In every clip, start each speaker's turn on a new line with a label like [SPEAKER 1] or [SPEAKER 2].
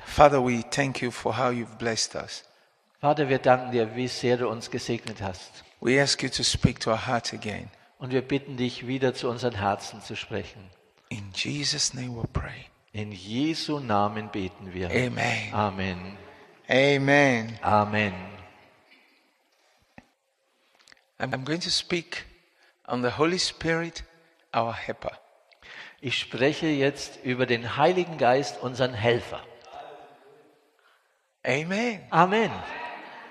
[SPEAKER 1] Father, we thank you for how you've blessed us.
[SPEAKER 2] Vater, wir danken dir, wie sehr du uns gesegnet hast.
[SPEAKER 1] We ask you to speak to our heart again.
[SPEAKER 2] Und wir bitten dich, wieder zu unseren Herzen zu sprechen.
[SPEAKER 1] In Jesus' name we pray.
[SPEAKER 2] In Jesu Namen beten wir.
[SPEAKER 1] Amen.
[SPEAKER 2] Amen.
[SPEAKER 1] Amen.
[SPEAKER 2] Amen.
[SPEAKER 1] I'm I'm going to speak on the Holy Spirit, our helper.
[SPEAKER 2] Ich spreche jetzt über den Heiligen Geist, unseren Helfer.
[SPEAKER 1] Amen.
[SPEAKER 2] Amen.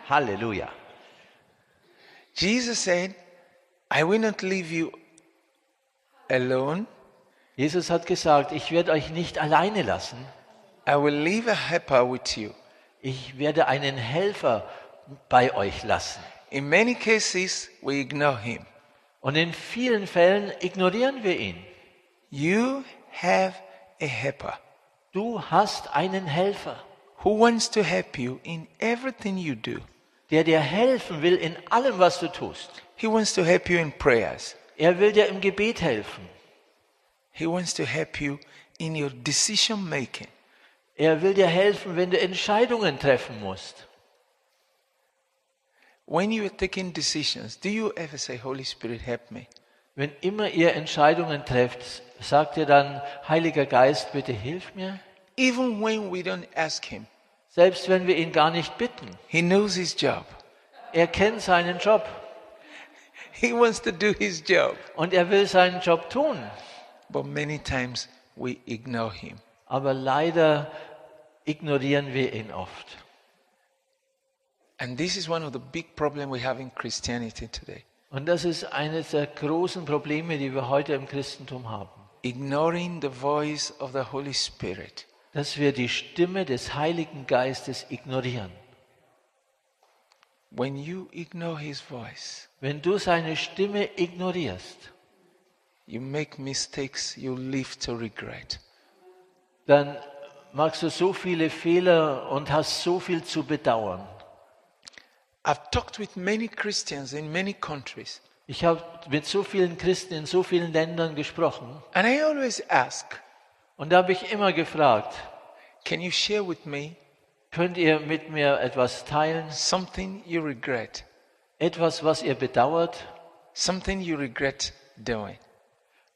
[SPEAKER 2] Halleluja.
[SPEAKER 1] Jesus said, I will not leave you alone.
[SPEAKER 2] Jesus hat gesagt, ich werde euch nicht alleine lassen.
[SPEAKER 1] I will leave a helper with you.
[SPEAKER 2] Ich werde einen Helfer bei euch lassen.
[SPEAKER 1] In many cases, we ignore him.
[SPEAKER 2] Und in vielen Fällen ignorieren wir ihn.
[SPEAKER 1] You have a helper
[SPEAKER 2] Du hast einen Helfer,
[SPEAKER 1] who wants to help you in everything you do.
[SPEAKER 2] der dir helfen will in allem, was du tust.
[SPEAKER 1] He wants to help you in prayers.
[SPEAKER 2] Er will dir im Gebet helfen.
[SPEAKER 1] He wants to help you in your decision making.
[SPEAKER 2] Er will dir helfen, wenn du Entscheidungen treffen musst.
[SPEAKER 1] When you are taking decisions, do you ever say, Holy Spirit, help me?
[SPEAKER 2] Wenn immer ihr Entscheidungen trefft, sagt ihr dann, Heiliger Geist, bitte hilf mir.
[SPEAKER 1] Even when we don't ask Him,
[SPEAKER 2] Selbst wenn wir ihn gar nicht bitten.
[SPEAKER 1] He knows His job.
[SPEAKER 2] Er kennt seinen Job
[SPEAKER 1] He wants to do His job.
[SPEAKER 2] und er will seinen Job tun.
[SPEAKER 1] But many times we ignore Him.
[SPEAKER 2] Aber leider ignorieren wir ihn oft.
[SPEAKER 1] And this is one of the big problems we have in Christianity today
[SPEAKER 2] Und das ist eines der großen Probleme, die wir heute im Christentum haben.
[SPEAKER 1] ignoring the voice of the Holy Spirit.
[SPEAKER 2] Dass wir die Stimme des Heiligen Geistes ignorieren.
[SPEAKER 1] When you ignore His voice,
[SPEAKER 2] Wenn du seine Stimme ignorierst,
[SPEAKER 1] you make mistakes you live to regret.
[SPEAKER 2] dann machst du so viele Fehler und hast so viel zu bedauern.
[SPEAKER 1] I've talked with many Christians in many countries,
[SPEAKER 2] Ich habe mit so vielen Christen in so vielen Ländern gesprochen
[SPEAKER 1] and I always ask,
[SPEAKER 2] und da habe ich immer gefragt,
[SPEAKER 1] Can you share with me
[SPEAKER 2] könnt ihr mit mir etwas teilen?
[SPEAKER 1] something you regret?
[SPEAKER 2] Etwas, was ihr bedauert?
[SPEAKER 1] Something you regret doing?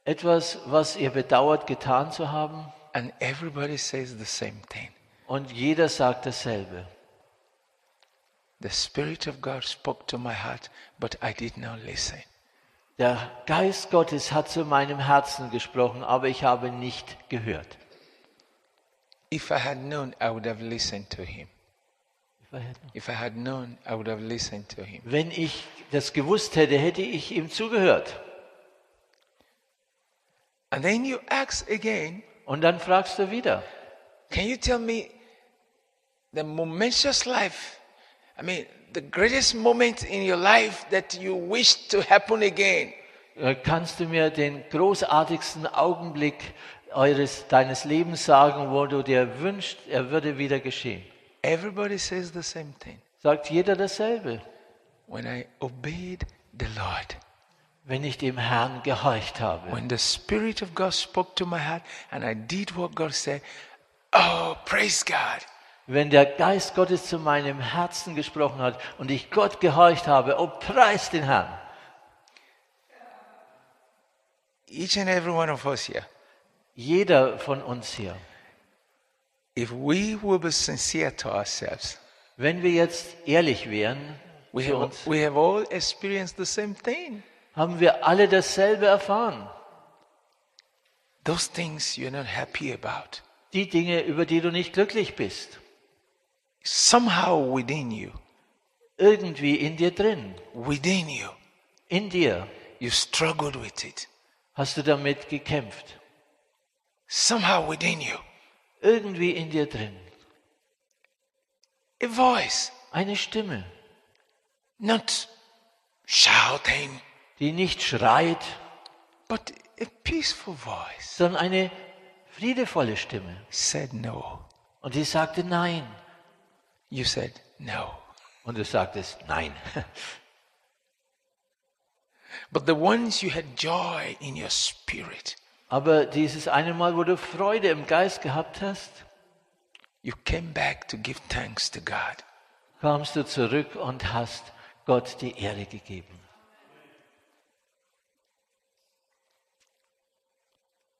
[SPEAKER 2] Etwas, was ihr bedauert getan zu haben?
[SPEAKER 1] And everybody says the same thing.
[SPEAKER 2] Und jeder sagt dasselbe.
[SPEAKER 1] The Spirit of God spoke to my heart, but I did not listen.
[SPEAKER 2] Der Geist Gottes hat zu meinem Herzen gesprochen, aber ich habe nicht gehört.
[SPEAKER 1] If I had known, I would have listened to Him. If I had known, I would have listened to Him.
[SPEAKER 2] Wenn ich das gewusst hätte, hätte ich ihm zugehört.
[SPEAKER 1] And then you ask again,
[SPEAKER 2] Und dann fragst du wieder,
[SPEAKER 1] Can you tell me the momentous life? I mean, the greatest moment in your life that you wish to happen again?
[SPEAKER 2] äh, kannst du mir den großartigsten Augenblick eures, deines Lebens sagen, wo du dir wünschst, er würde wieder geschehen?
[SPEAKER 1] Everybody says the same thing.
[SPEAKER 2] Sagt jeder dasselbe.
[SPEAKER 1] When I obeyed the Lord,
[SPEAKER 2] Wenn ich dem Herrn gehorcht habe.
[SPEAKER 1] when the Spirit of God spoke to my heart and I did what God said, oh, praise God.
[SPEAKER 2] Wenn der Geist Gottes zu meinem Herzen gesprochen hat und ich Gott gehorcht habe, oh preis den Herrn.
[SPEAKER 1] Each and every one of us here,
[SPEAKER 2] Jeder von uns hier.
[SPEAKER 1] if we will be sincere to ourselves,
[SPEAKER 2] Wenn wir jetzt ehrlich wären
[SPEAKER 1] we
[SPEAKER 2] zu
[SPEAKER 1] have,
[SPEAKER 2] uns,
[SPEAKER 1] we have all experienced the same thing.
[SPEAKER 2] haben wir alle dasselbe erfahren.
[SPEAKER 1] Those things you're not happy about,
[SPEAKER 2] Die Dinge, über die du nicht glücklich bist,
[SPEAKER 1] somehow within you,
[SPEAKER 2] irgendwie in dir drin,
[SPEAKER 1] within you,
[SPEAKER 2] in dir
[SPEAKER 1] you struggled with it.
[SPEAKER 2] hast du damit gekämpft.
[SPEAKER 1] Somehow within you,
[SPEAKER 2] Irgendwie in dir drin.
[SPEAKER 1] a voice,
[SPEAKER 2] Eine Stimme,
[SPEAKER 1] not shouting,
[SPEAKER 2] die nicht schreit,
[SPEAKER 1] but a peaceful voice.
[SPEAKER 2] sondern eine friedevolle Stimme.
[SPEAKER 1] said no.
[SPEAKER 2] Und die sagte Nein.
[SPEAKER 1] You said no.
[SPEAKER 2] Und du sagtest Nein.
[SPEAKER 1] But the ones you had joy in your spirit,
[SPEAKER 2] Aber dieses eine Mal, wo du Freude im Geist gehabt hast,
[SPEAKER 1] you came back to give thanks to God.
[SPEAKER 2] kamst du zurück und hast Gott die Ehre gegeben.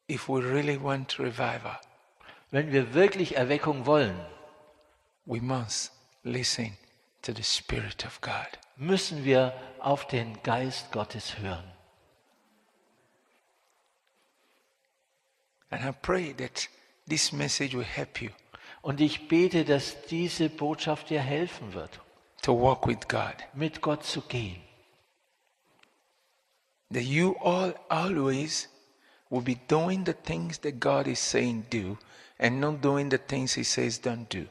[SPEAKER 1] If we really want revival,
[SPEAKER 2] Wenn wir wirklich Erweckung wollen,
[SPEAKER 1] we must listen to the Spirit of God.
[SPEAKER 2] müssen wir auf den Geist Gottes hören.
[SPEAKER 1] And I pray that this message will help you
[SPEAKER 2] Und ich bete, dass diese Botschaft dir helfen wird,
[SPEAKER 1] to walk with God.
[SPEAKER 2] mit Gott zu gehen.
[SPEAKER 1] That you all always will be doing the things that God is saying do and not doing the things He says don't do.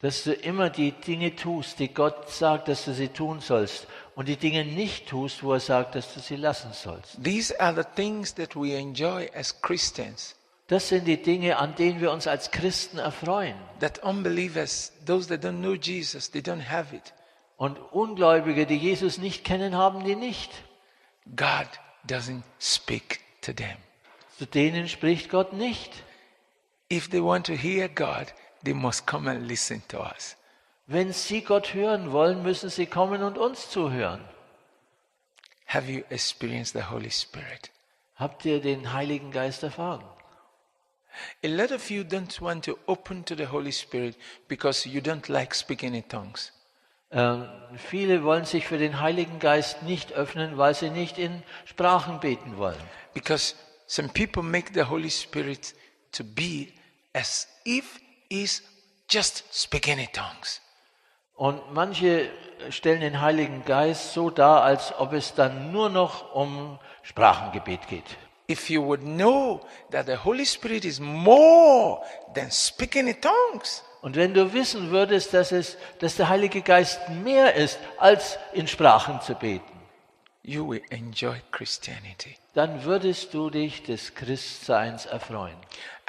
[SPEAKER 2] Dass du immer die Dinge tust, die Gott sagt, dass du sie tun sollst. Und die Dinge nicht tust, wo er sagt, dass du sie lassen sollst.
[SPEAKER 1] These are the things that we enjoy as Christians
[SPEAKER 2] Das sind die Dinge, an denen wir uns als Christen erfreuen.
[SPEAKER 1] that unbelievers, those that don't know Jesus, they don't have it.
[SPEAKER 2] Und Ungläubige, die Jesus nicht kennen, haben die nicht.
[SPEAKER 1] God doesn't speak to them.
[SPEAKER 2] Zu denen spricht Gott nicht.
[SPEAKER 1] If they want to hear God, they must come and listen to us.
[SPEAKER 2] Wenn sie Gott hören wollen, müssen sie kommen und uns zuhören.
[SPEAKER 1] Have you experienced the Holy Spirit?
[SPEAKER 2] Habt ihr den Heiligen Geist erfahren?
[SPEAKER 1] A lot of you don't want to open to the Holy Spirit because you don't like speaking in tongues.
[SPEAKER 2] Ähm, viele wollen sich für den Heiligen Geist nicht öffnen, weil sie nicht in Sprachen beten wollen.
[SPEAKER 1] Because some people make the Holy Spirit to be as if he's just speaking in tongues.
[SPEAKER 2] Und manche stellen den Heiligen Geist so dar, als ob es dann nur noch um Sprachengebet geht.
[SPEAKER 1] If you would know that the Holy Spirit is more than speaking in tongues,
[SPEAKER 2] Und wenn du wissen würdest, dass, es, dass der Heilige Geist mehr ist, als in Sprachen zu beten,
[SPEAKER 1] you will enjoy Christianity.
[SPEAKER 2] dann würdest du dich des Christseins erfreuen.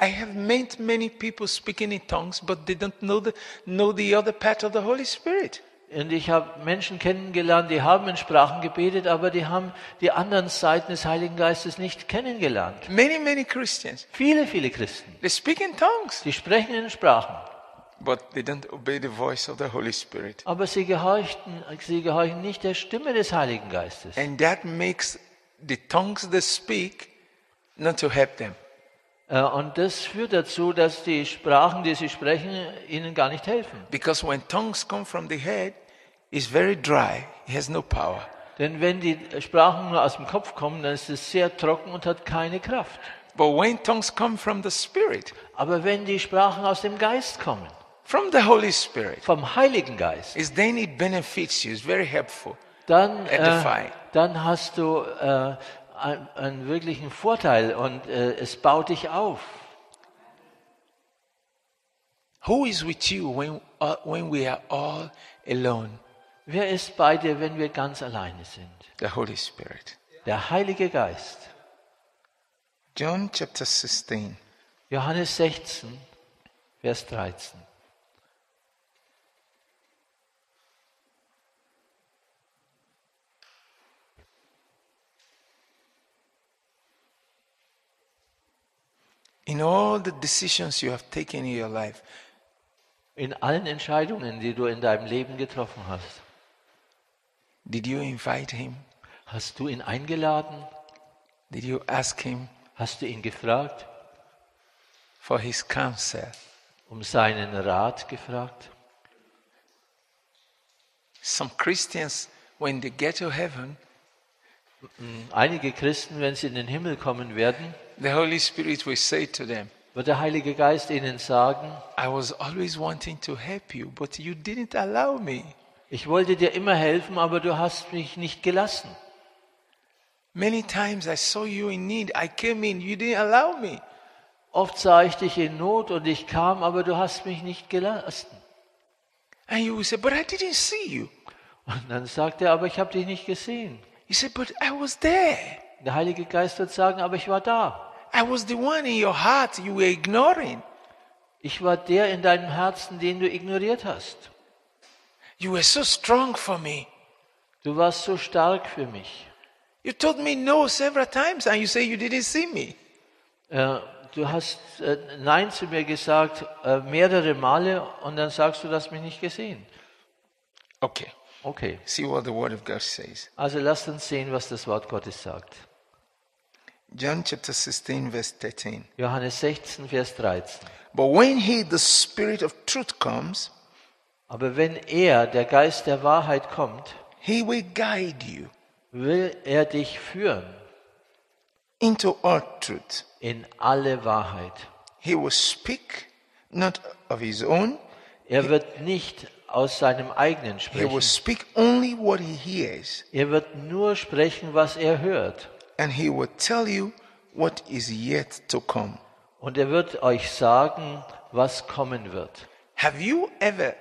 [SPEAKER 1] I have met many people speaking in tongues, but they don't know the, know the other part of the Holy Spirit.
[SPEAKER 2] Und ich habe Menschen kennengelernt, die haben in Sprachen gebetet, aber die haben die anderen Seiten des Heiligen Geistes nicht kennengelernt.
[SPEAKER 1] Many, many Christians,
[SPEAKER 2] Viele, viele Christen,
[SPEAKER 1] they speak in tongues,
[SPEAKER 2] die sprechen in Sprachen,
[SPEAKER 1] but they don't obey the voice of the Holy Spirit.
[SPEAKER 2] aber sie gehorchten, sie gehorchen nicht der Stimme des Heiligen Geistes.
[SPEAKER 1] And that makes the tongues that speak not to help them.
[SPEAKER 2] Äh, Und das führt dazu, dass die Sprachen, die sie sprechen, ihnen gar nicht helfen.
[SPEAKER 1] Because when tongues come from the head, it's very dry, it has no power.
[SPEAKER 2] Denn wenn die Sprachen nur aus dem Kopf kommen, dann ist es sehr trocken und hat keine Kraft.
[SPEAKER 1] But when tongues come from the Spirit,
[SPEAKER 2] Aber wenn die Sprachen aus dem Geist kommen,
[SPEAKER 1] from the Holy Spirit,
[SPEAKER 2] vom Heiligen Geist,
[SPEAKER 1] it's then it benefits you, it's very helpful.
[SPEAKER 2] dann, äh,
[SPEAKER 1] Edify.
[SPEAKER 2] dann hast du äh, einen, einen wirklichen Vorteil und äh, es baut dich auf.
[SPEAKER 1] Who is with you when, uh, when we are all alone?
[SPEAKER 2] Wer ist bei dir, wenn wir ganz alleine sind?
[SPEAKER 1] The Holy Spirit.
[SPEAKER 2] Der Heilige Geist.
[SPEAKER 1] John chapter 16.
[SPEAKER 2] Johannes 16, Vers 13.
[SPEAKER 1] In all the decisions you have taken in your life,
[SPEAKER 2] In allen Entscheidungen, die du in deinem Leben getroffen hast,
[SPEAKER 1] did you invite Him?
[SPEAKER 2] hast du ihn eingeladen?
[SPEAKER 1] Did you ask Him
[SPEAKER 2] Hast du ihn gefragt?
[SPEAKER 1] for His counsel?
[SPEAKER 2] Um seinen Rat gefragt?
[SPEAKER 1] Some Christians, when they get to heaven,
[SPEAKER 2] Einige Christen, wenn sie in den Himmel kommen werden,
[SPEAKER 1] the Holy Spirit will say to them,
[SPEAKER 2] wird der Heilige Geist ihnen sagen,
[SPEAKER 1] I was always wanting to help you, but you didn't allow me.
[SPEAKER 2] ich wollte dir immer helfen, aber du hast mich nicht gelassen.
[SPEAKER 1] Many times I saw you in need. I came in, you didn't allow me.
[SPEAKER 2] Oft sah ich dich in Not und ich kam, aber du hast mich nicht gelassen.
[SPEAKER 1] And you will say, But I didn't see you.
[SPEAKER 2] Und dann sagt er, aber ich habe dich nicht gesehen.
[SPEAKER 1] You say, But I was there.
[SPEAKER 2] Der Heilige Geist wird sagen, aber ich war da.
[SPEAKER 1] I was the one in your heart you were ignoring.
[SPEAKER 2] Ich war der in deinem Herzen, den du ignoriert hast.
[SPEAKER 1] You were so strong for me.
[SPEAKER 2] Du warst so stark für mich.
[SPEAKER 1] You told me no several times, and you say you didn't see me.
[SPEAKER 2] Äh, Du hast äh, Nein zu mir gesagt äh, mehrere Male und dann sagst du, du hast mich nicht gesehen.
[SPEAKER 1] Okay.
[SPEAKER 2] Okay.
[SPEAKER 1] See what the Word of God says.
[SPEAKER 2] Also lasst uns sehen, was das Wort Gottes sagt.
[SPEAKER 1] John chapter 16, verse 13.
[SPEAKER 2] Johannes 16, Vers 13.
[SPEAKER 1] But when He, the Spirit of truth, comes,
[SPEAKER 2] Aber wenn er, der Geist der Wahrheit, kommt,
[SPEAKER 1] He will guide you
[SPEAKER 2] will er dich führen
[SPEAKER 1] into all truth.
[SPEAKER 2] in alle Wahrheit.
[SPEAKER 1] He will speak not of His own,
[SPEAKER 2] Er wird nicht aus seinem eigenen
[SPEAKER 1] He will
[SPEAKER 2] sprechen.
[SPEAKER 1] speak only what He hears,
[SPEAKER 2] Er wird nur sprechen, was er hört.
[SPEAKER 1] and He will tell you what is yet to come.
[SPEAKER 2] Und er wird euch sagen, was kommen wird.
[SPEAKER 1] Have you ever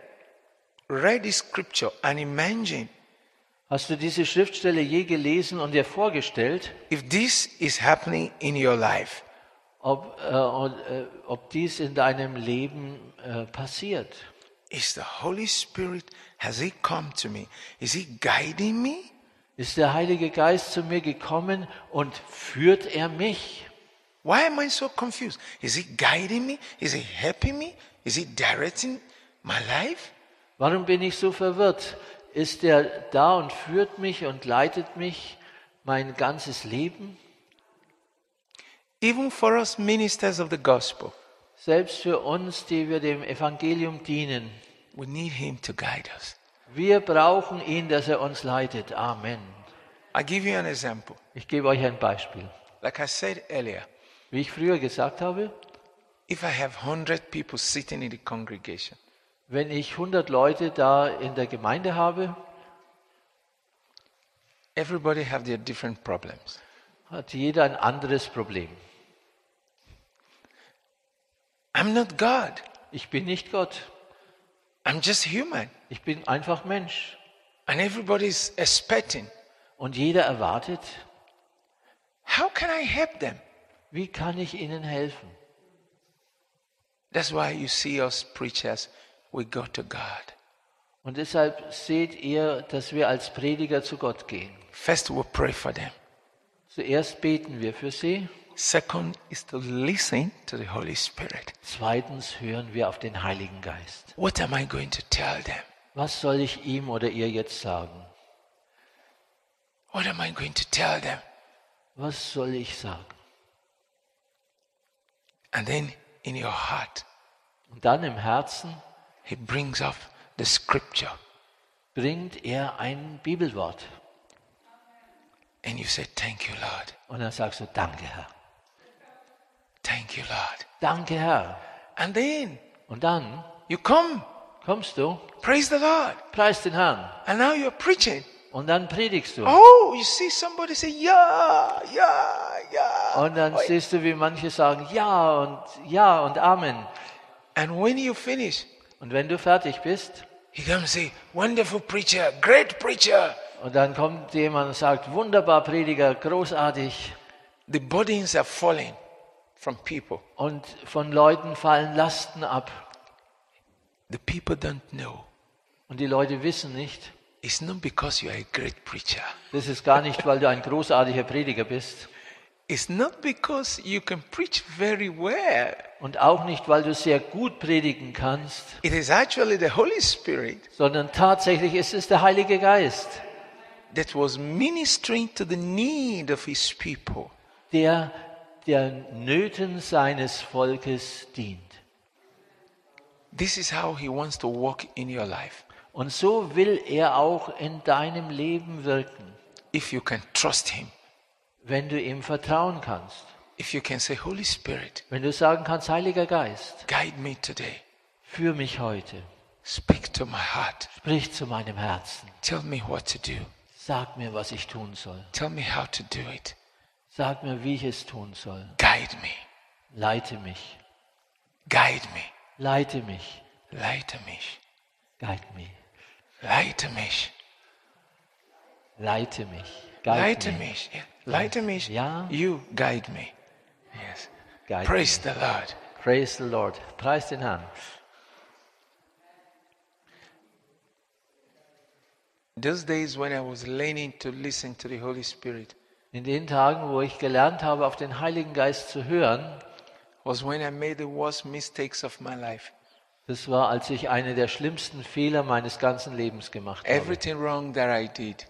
[SPEAKER 1] read this scripture and imagined
[SPEAKER 2] Hast du diese Schriftstelle je gelesen und dir vorgestellt,
[SPEAKER 1] if this is happening in your life?
[SPEAKER 2] ob, äh, und, äh, ob dies in deinem Leben äh, passiert?
[SPEAKER 1] Is the Holy Spirit, has He come to me? Is He guiding me?
[SPEAKER 2] Ist der Heilige Geist zu mir gekommen und führt er mich?
[SPEAKER 1] Why am I so confused? Is He guiding me? Is He helping me? Is He directing my life?
[SPEAKER 2] Warum bin ich so verwirrt? Ist er da und führt mich und leitet mich mein ganzes Leben?
[SPEAKER 1] Even for us ministers of the gospel,
[SPEAKER 2] Selbst für uns, die wir dem Evangelium dienen,
[SPEAKER 1] we need Him to guide us.
[SPEAKER 2] wir brauchen ihn, dass er uns leitet. Amen.
[SPEAKER 1] I give you an example.
[SPEAKER 2] Ich gebe euch ein Beispiel.
[SPEAKER 1] Like I said earlier,
[SPEAKER 2] Wie ich früher gesagt habe,
[SPEAKER 1] if I have 100 people sitting in the congregation,
[SPEAKER 2] wenn ich 100 Leute da in der Gemeinde habe,
[SPEAKER 1] everybody have their different problems.
[SPEAKER 2] hat jeder ein anderes Problem.
[SPEAKER 1] I'm not God.
[SPEAKER 2] Ich bin nicht Gott.
[SPEAKER 1] I'm just human.
[SPEAKER 2] Ich bin einfach Mensch.
[SPEAKER 1] And everybody's expecting.
[SPEAKER 2] Und jeder erwartet,
[SPEAKER 1] How can I help them?
[SPEAKER 2] wie kann ich ihnen helfen?
[SPEAKER 1] That's why you see us preachers, we go to God.
[SPEAKER 2] Und deshalb seht ihr, dass wir als Prediger zu Gott gehen.
[SPEAKER 1] First, we pray for them.
[SPEAKER 2] Zuerst beten wir für sie,
[SPEAKER 1] Second is to listen to the Holy Spirit.
[SPEAKER 2] zweitens hören wir auf den Heiligen Geist.
[SPEAKER 1] What am I going to tell them?
[SPEAKER 2] Was soll ich ihm oder ihr jetzt sagen?
[SPEAKER 1] What am I going to tell them?
[SPEAKER 2] Was soll ich sagen?
[SPEAKER 1] And then in your heart,
[SPEAKER 2] Und dann im Herzen
[SPEAKER 1] He brings up the scripture.
[SPEAKER 2] bringt er ein Bibelwort.
[SPEAKER 1] And you say, Thank you, Lord.
[SPEAKER 2] Und dann sagst du, danke Herr,
[SPEAKER 1] Thank you, Lord.
[SPEAKER 2] danke Herr.
[SPEAKER 1] And then
[SPEAKER 2] Und dann
[SPEAKER 1] you come,
[SPEAKER 2] kommst du,
[SPEAKER 1] praise the Lord.
[SPEAKER 2] preis den Herrn.
[SPEAKER 1] And now you're preaching.
[SPEAKER 2] Und dann predigst du.
[SPEAKER 1] Oh, you see somebody say, yeah, yeah, yeah.
[SPEAKER 2] Und
[SPEAKER 1] Oh,
[SPEAKER 2] dann
[SPEAKER 1] yeah.
[SPEAKER 2] siehst du, wie manche sagen, ja und ja und Amen.
[SPEAKER 1] And when you finish,
[SPEAKER 2] Und wenn du fertig bist,
[SPEAKER 1] he comes and say, wonderful preacher, great preacher.
[SPEAKER 2] Und dann kommt jemand und sagt, wunderbar Prediger, großartig.
[SPEAKER 1] The burdens are falling from people.
[SPEAKER 2] Und von Leuten fallen Lasten ab.
[SPEAKER 1] The people don't know.
[SPEAKER 2] Und die Leute wissen nicht,
[SPEAKER 1] It's not because you are a great preacher.
[SPEAKER 2] das ist gar nicht, weil du ein großartiger Prediger bist.
[SPEAKER 1] It's not because you can preach very well.
[SPEAKER 2] Und auch nicht, weil du sehr gut predigen kannst,
[SPEAKER 1] It is actually the Holy Spirit
[SPEAKER 2] sondern tatsächlich ist es der Heilige Geist,
[SPEAKER 1] that was ministering to the need of his people.
[SPEAKER 2] der der Nöten seines Volkes dient.
[SPEAKER 1] This is how he wants to walk in your life.
[SPEAKER 2] Und so will er auch in deinem Leben wirken,
[SPEAKER 1] If you can trust him,
[SPEAKER 2] wenn du ihm vertrauen kannst.
[SPEAKER 1] if you can say, Holy Spirit,
[SPEAKER 2] Wenn du sagen kannst, Heiliger Geist,
[SPEAKER 1] guide me today,
[SPEAKER 2] Für mich heute.
[SPEAKER 1] speak to my heart,
[SPEAKER 2] Sprich zu meinem Herzen.
[SPEAKER 1] tell me what to do,
[SPEAKER 2] Sag mir, was ich tun soll.
[SPEAKER 1] tell me how to do it,
[SPEAKER 2] Sag mir, wie ich es tun soll.
[SPEAKER 1] guide me,
[SPEAKER 2] Leite mich.
[SPEAKER 1] guide me,
[SPEAKER 2] Leite mich.
[SPEAKER 1] leite mich,
[SPEAKER 2] Guide me.
[SPEAKER 1] leite mich,
[SPEAKER 2] Leite mich. Guide
[SPEAKER 1] leite
[SPEAKER 2] me.
[SPEAKER 1] mich, yeah, leite mich,
[SPEAKER 2] Ja.
[SPEAKER 1] you guide me. Yes.
[SPEAKER 2] Guide
[SPEAKER 1] Praise the Lord.
[SPEAKER 2] me. Praise the Lord. Preis den Herrn.
[SPEAKER 1] Those days when I was learning to listen to the Holy Spirit,
[SPEAKER 2] In den Tagen, wo ich gelernt habe, auf den Heiligen Geist zu hören,
[SPEAKER 1] was when I made the worst mistakes of my life.
[SPEAKER 2] Das war, als ich einen der schlimmsten Fehler meines ganzen Lebens gemacht habe.
[SPEAKER 1] Everything wrong that I did,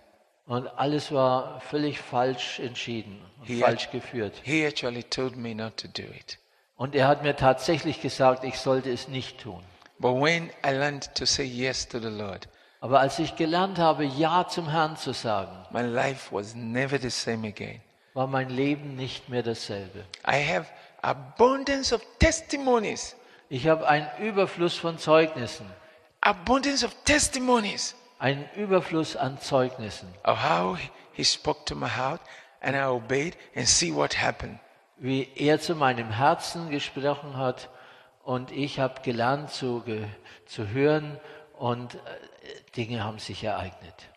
[SPEAKER 2] Und alles war völlig falsch entschieden und
[SPEAKER 1] He
[SPEAKER 2] falsch
[SPEAKER 1] had-
[SPEAKER 2] geführt.
[SPEAKER 1] he actually told me not to do it.
[SPEAKER 2] Und er hat mir tatsächlich gesagt, ich sollte es nicht tun.
[SPEAKER 1] But when I learned to say yes to the Lord,
[SPEAKER 2] Aber als ich gelernt habe, Ja zum Herrn zu sagen,
[SPEAKER 1] my life was never the same again.
[SPEAKER 2] war mein Leben nicht mehr dasselbe.
[SPEAKER 1] I have abundance of testimonies,
[SPEAKER 2] Ich habe einen Überfluss von Zeugnissen,
[SPEAKER 1] abundance of testimonies
[SPEAKER 2] einen Überfluss an Zeugnissen,
[SPEAKER 1] of how He spoke to my heart and I obeyed and see what happened.
[SPEAKER 2] wie er zu meinem Herzen gesprochen hat und ich habe gelernt zu, ge zu hören und äh, Dinge haben sich ereignet.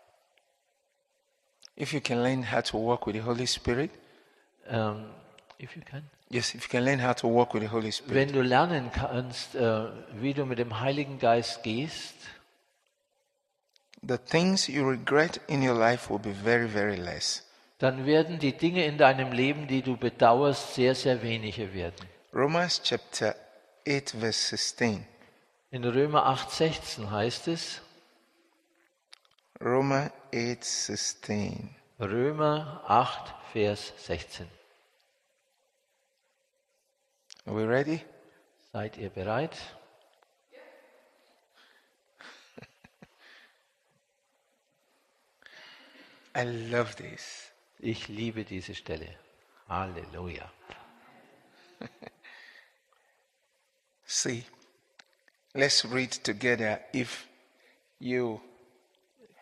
[SPEAKER 1] If you can learn how to walk with the Holy Spirit,
[SPEAKER 2] Ähm, if you can.
[SPEAKER 1] yes, if you can learn how to walk with the Holy Spirit,
[SPEAKER 2] Wenn du lernen kannst, äh, wie du mit dem Heiligen Geist gehst,
[SPEAKER 1] the things you regret in your life will be very, very less.
[SPEAKER 2] dann werden die Dinge in deinem Leben, die du bedauerst, sehr, sehr wenige werden.
[SPEAKER 1] Romans chapter 8, verse 16.
[SPEAKER 2] In Römer 8, 16 heißt es,
[SPEAKER 1] Roma 8, 16.
[SPEAKER 2] Römer 8, Vers 16.
[SPEAKER 1] Are we ready?
[SPEAKER 2] Seid ihr bereit?
[SPEAKER 1] I love this.
[SPEAKER 2] Ich liebe diese Stelle. Halleluja.
[SPEAKER 1] See, let's read together if you.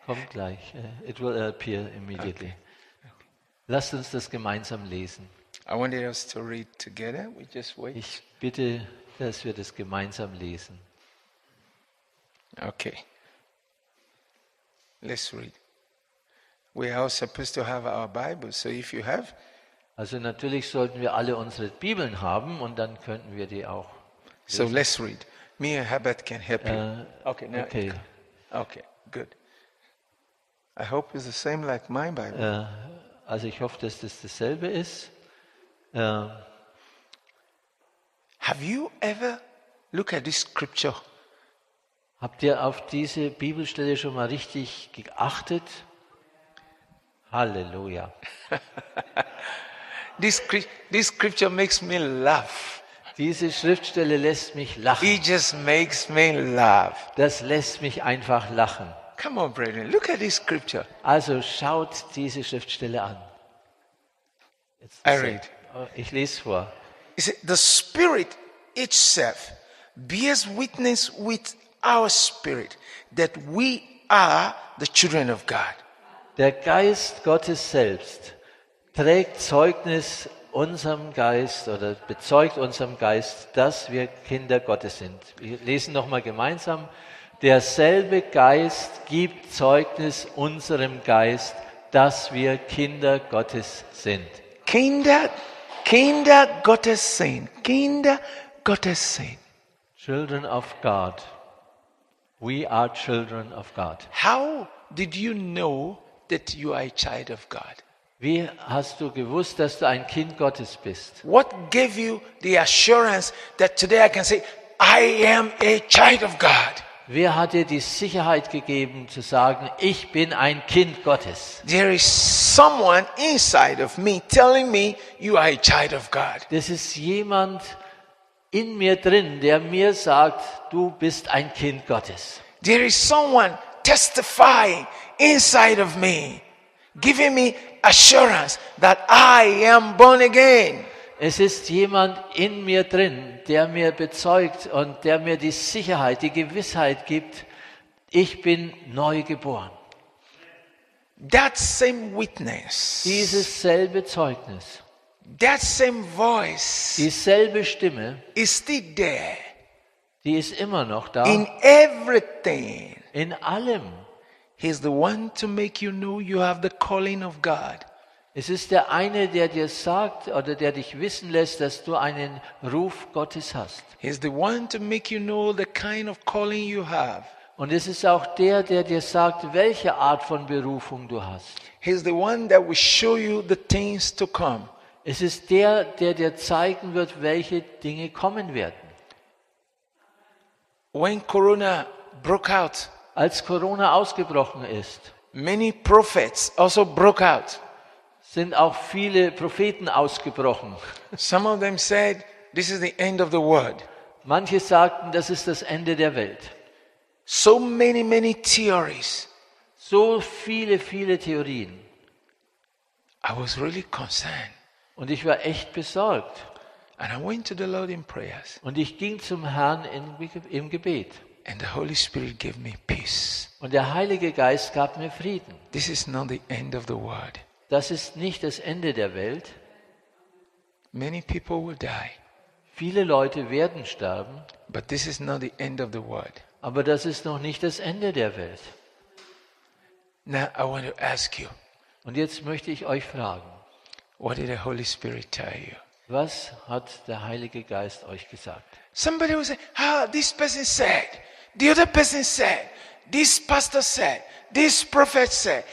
[SPEAKER 2] Kommt gleich. Äh, It will appear immediately. Lasst uns das gemeinsam lesen.
[SPEAKER 1] I wanted us to read together. We just wait.
[SPEAKER 2] Ich bitte, dass wir das gemeinsam lesen.
[SPEAKER 1] Okay. Let's read. We are all supposed to have our Bible, so if you have,
[SPEAKER 2] Also natürlich sollten wir alle unsere Bibeln haben und dann könnten wir die auch.
[SPEAKER 1] so let's read. Me and Herbert can help you.
[SPEAKER 2] Uh,
[SPEAKER 1] okay, now.
[SPEAKER 2] Okay.
[SPEAKER 1] Okay, good. I hope it's the same like my Bible.
[SPEAKER 2] Äh, also ich hoffe, dass das dasselbe ist. Äh,
[SPEAKER 1] Have you ever look at this scripture?
[SPEAKER 2] Habt ihr auf diese Bibelstelle schon mal richtig geachtet? Halleluja.
[SPEAKER 1] This, scri- this scripture makes me laugh.
[SPEAKER 2] Diese Schriftstelle lässt mich lachen.
[SPEAKER 1] It just makes me laugh.
[SPEAKER 2] Das lässt mich einfach lachen.
[SPEAKER 1] Come on, brethren, look at this scripture.
[SPEAKER 2] Also schaut diese Schriftstelle an. Jetzt-
[SPEAKER 1] I read.
[SPEAKER 2] Oh, Ich lese vor.
[SPEAKER 1] It said, The Spirit itself bears witness with our spirit that we are the children of God.
[SPEAKER 2] Der Geist Gottes selbst trägt Zeugnis unserem Geist oder bezeugt unserem Geist, dass wir Kinder Gottes sind. Wir lesen nochmal gemeinsam. Derselbe Geist gibt Zeugnis unserem Geist, dass wir Kinder Gottes sind.
[SPEAKER 1] Kinder, Kinder Gottes sein. Kinder Gottes sein.
[SPEAKER 2] Children of God. We are children of God.
[SPEAKER 1] How did you know that you are a child of God?
[SPEAKER 2] Wie hast du gewusst, dass du ein Kind Gottes bist?
[SPEAKER 1] What gave you the assurance that today I can say, I am a child of God?
[SPEAKER 2] Wer hat dir die Sicherheit gegeben zu sagen, ich bin ein Kind Gottes?
[SPEAKER 1] There is someone inside of me telling me you are a child of God.
[SPEAKER 2] Das ist jemand in mir drin, der mir sagt, du bist ein Kind Gottes.
[SPEAKER 1] There is someone testifying inside of me, giving me assurance that I am born again.
[SPEAKER 2] Es ist jemand in mir drin, der mir bezeugt und der mir die Sicherheit, die Gewissheit gibt, ich bin neu geboren.
[SPEAKER 1] That same witness,
[SPEAKER 2] Dieses selbe Zeugnis,
[SPEAKER 1] that same voice
[SPEAKER 2] dieselbe Stimme,
[SPEAKER 1] is still there
[SPEAKER 2] die ist immer noch da.
[SPEAKER 1] in everything.
[SPEAKER 2] In allem.
[SPEAKER 1] He's the one to make you know you have the calling of God.
[SPEAKER 2] Es ist der eine, der dir sagt oder der dich wissen lässt, dass du einen Ruf Gottes hast.
[SPEAKER 1] He's the one to make you know the kind of calling you have.
[SPEAKER 2] Und es ist auch der, der dir sagt, welche Art von Berufung du hast.
[SPEAKER 1] He's the one that will show you the things to come.
[SPEAKER 2] Es ist der, der dir zeigen wird, welche Dinge kommen werden.
[SPEAKER 1] When Corona broke out,
[SPEAKER 2] Als Corona ausgebrochen ist,
[SPEAKER 1] many prophets also broke out.
[SPEAKER 2] sind auch viele Propheten ausgebrochen.
[SPEAKER 1] Some of them said, This is the end of the world.
[SPEAKER 2] Manche sagten, das ist das Ende der Welt.
[SPEAKER 1] So many, many theories.
[SPEAKER 2] So viele, viele Theorien.
[SPEAKER 1] I was really concerned.
[SPEAKER 2] Und ich war echt besorgt.
[SPEAKER 1] And I went to the Lord in prayers,
[SPEAKER 2] Und ich ging zum Herrn in, im Gebet.
[SPEAKER 1] and the Holy Spirit gave me peace.
[SPEAKER 2] Und der Heilige Geist gab mir Frieden.
[SPEAKER 1] This is not the end of the world.
[SPEAKER 2] Das ist nicht das Ende der Welt.
[SPEAKER 1] Many people will die,
[SPEAKER 2] Viele Leute werden sterben,
[SPEAKER 1] but this is not the end of the world.
[SPEAKER 2] aber das ist noch nicht das Ende der Welt.
[SPEAKER 1] Now, I want to ask you
[SPEAKER 2] Und jetzt möchte ich euch fragen,
[SPEAKER 1] what did the Holy Spirit tell you?
[SPEAKER 2] was hat der Heilige Geist euch gesagt?
[SPEAKER 1] Somebody will say, Ah, this person said, the other person said, this pastor said, this prophet said.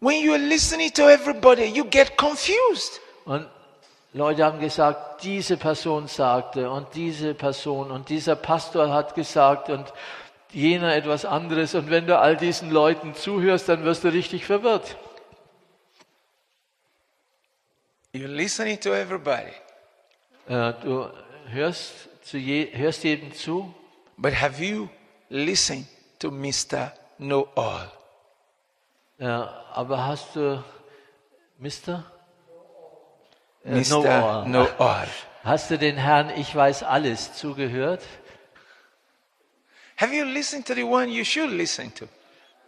[SPEAKER 1] When you're listening to everybody, you get confused.
[SPEAKER 2] Und Leute haben gesagt, diese Person sagte und diese Person und dieser Pastor hat gesagt und jener etwas anderes. Und wenn du all diesen Leuten zuhörst, dann wirst du richtig verwirrt.
[SPEAKER 1] You're listening to everybody,
[SPEAKER 2] Äh, du hörst, zu je, hörst jedem zu,
[SPEAKER 1] but have you listened to Mr. Know All?
[SPEAKER 2] äh, aber hast du, Mister? Äh,
[SPEAKER 1] Mr.
[SPEAKER 2] Noah.
[SPEAKER 1] Know All.
[SPEAKER 2] Hast du den Herrn Ich weiß alles zugehört?
[SPEAKER 1] Have you listened to the one you should listen to?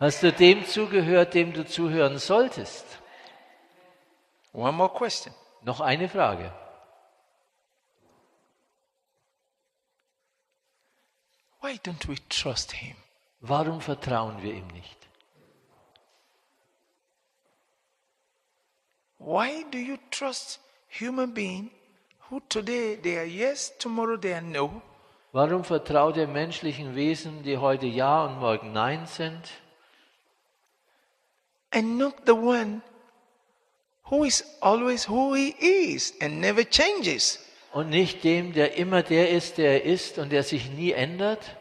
[SPEAKER 2] Hast du dem zugehört, dem du zuhören solltest?
[SPEAKER 1] One more question.
[SPEAKER 2] Noch eine Frage.
[SPEAKER 1] Why don't we trust him?
[SPEAKER 2] Warum vertrauen wir ihm nicht?
[SPEAKER 1] Why do you trust human being who today they are yes, tomorrow they are no?
[SPEAKER 2] Warum vertraut ihr menschlichen Wesen, die heute Ja und morgen Nein sind?
[SPEAKER 1] and not the one who is always who he is and never changes.
[SPEAKER 2] Und nicht dem, der immer der ist, der er ist und der sich nie ändert?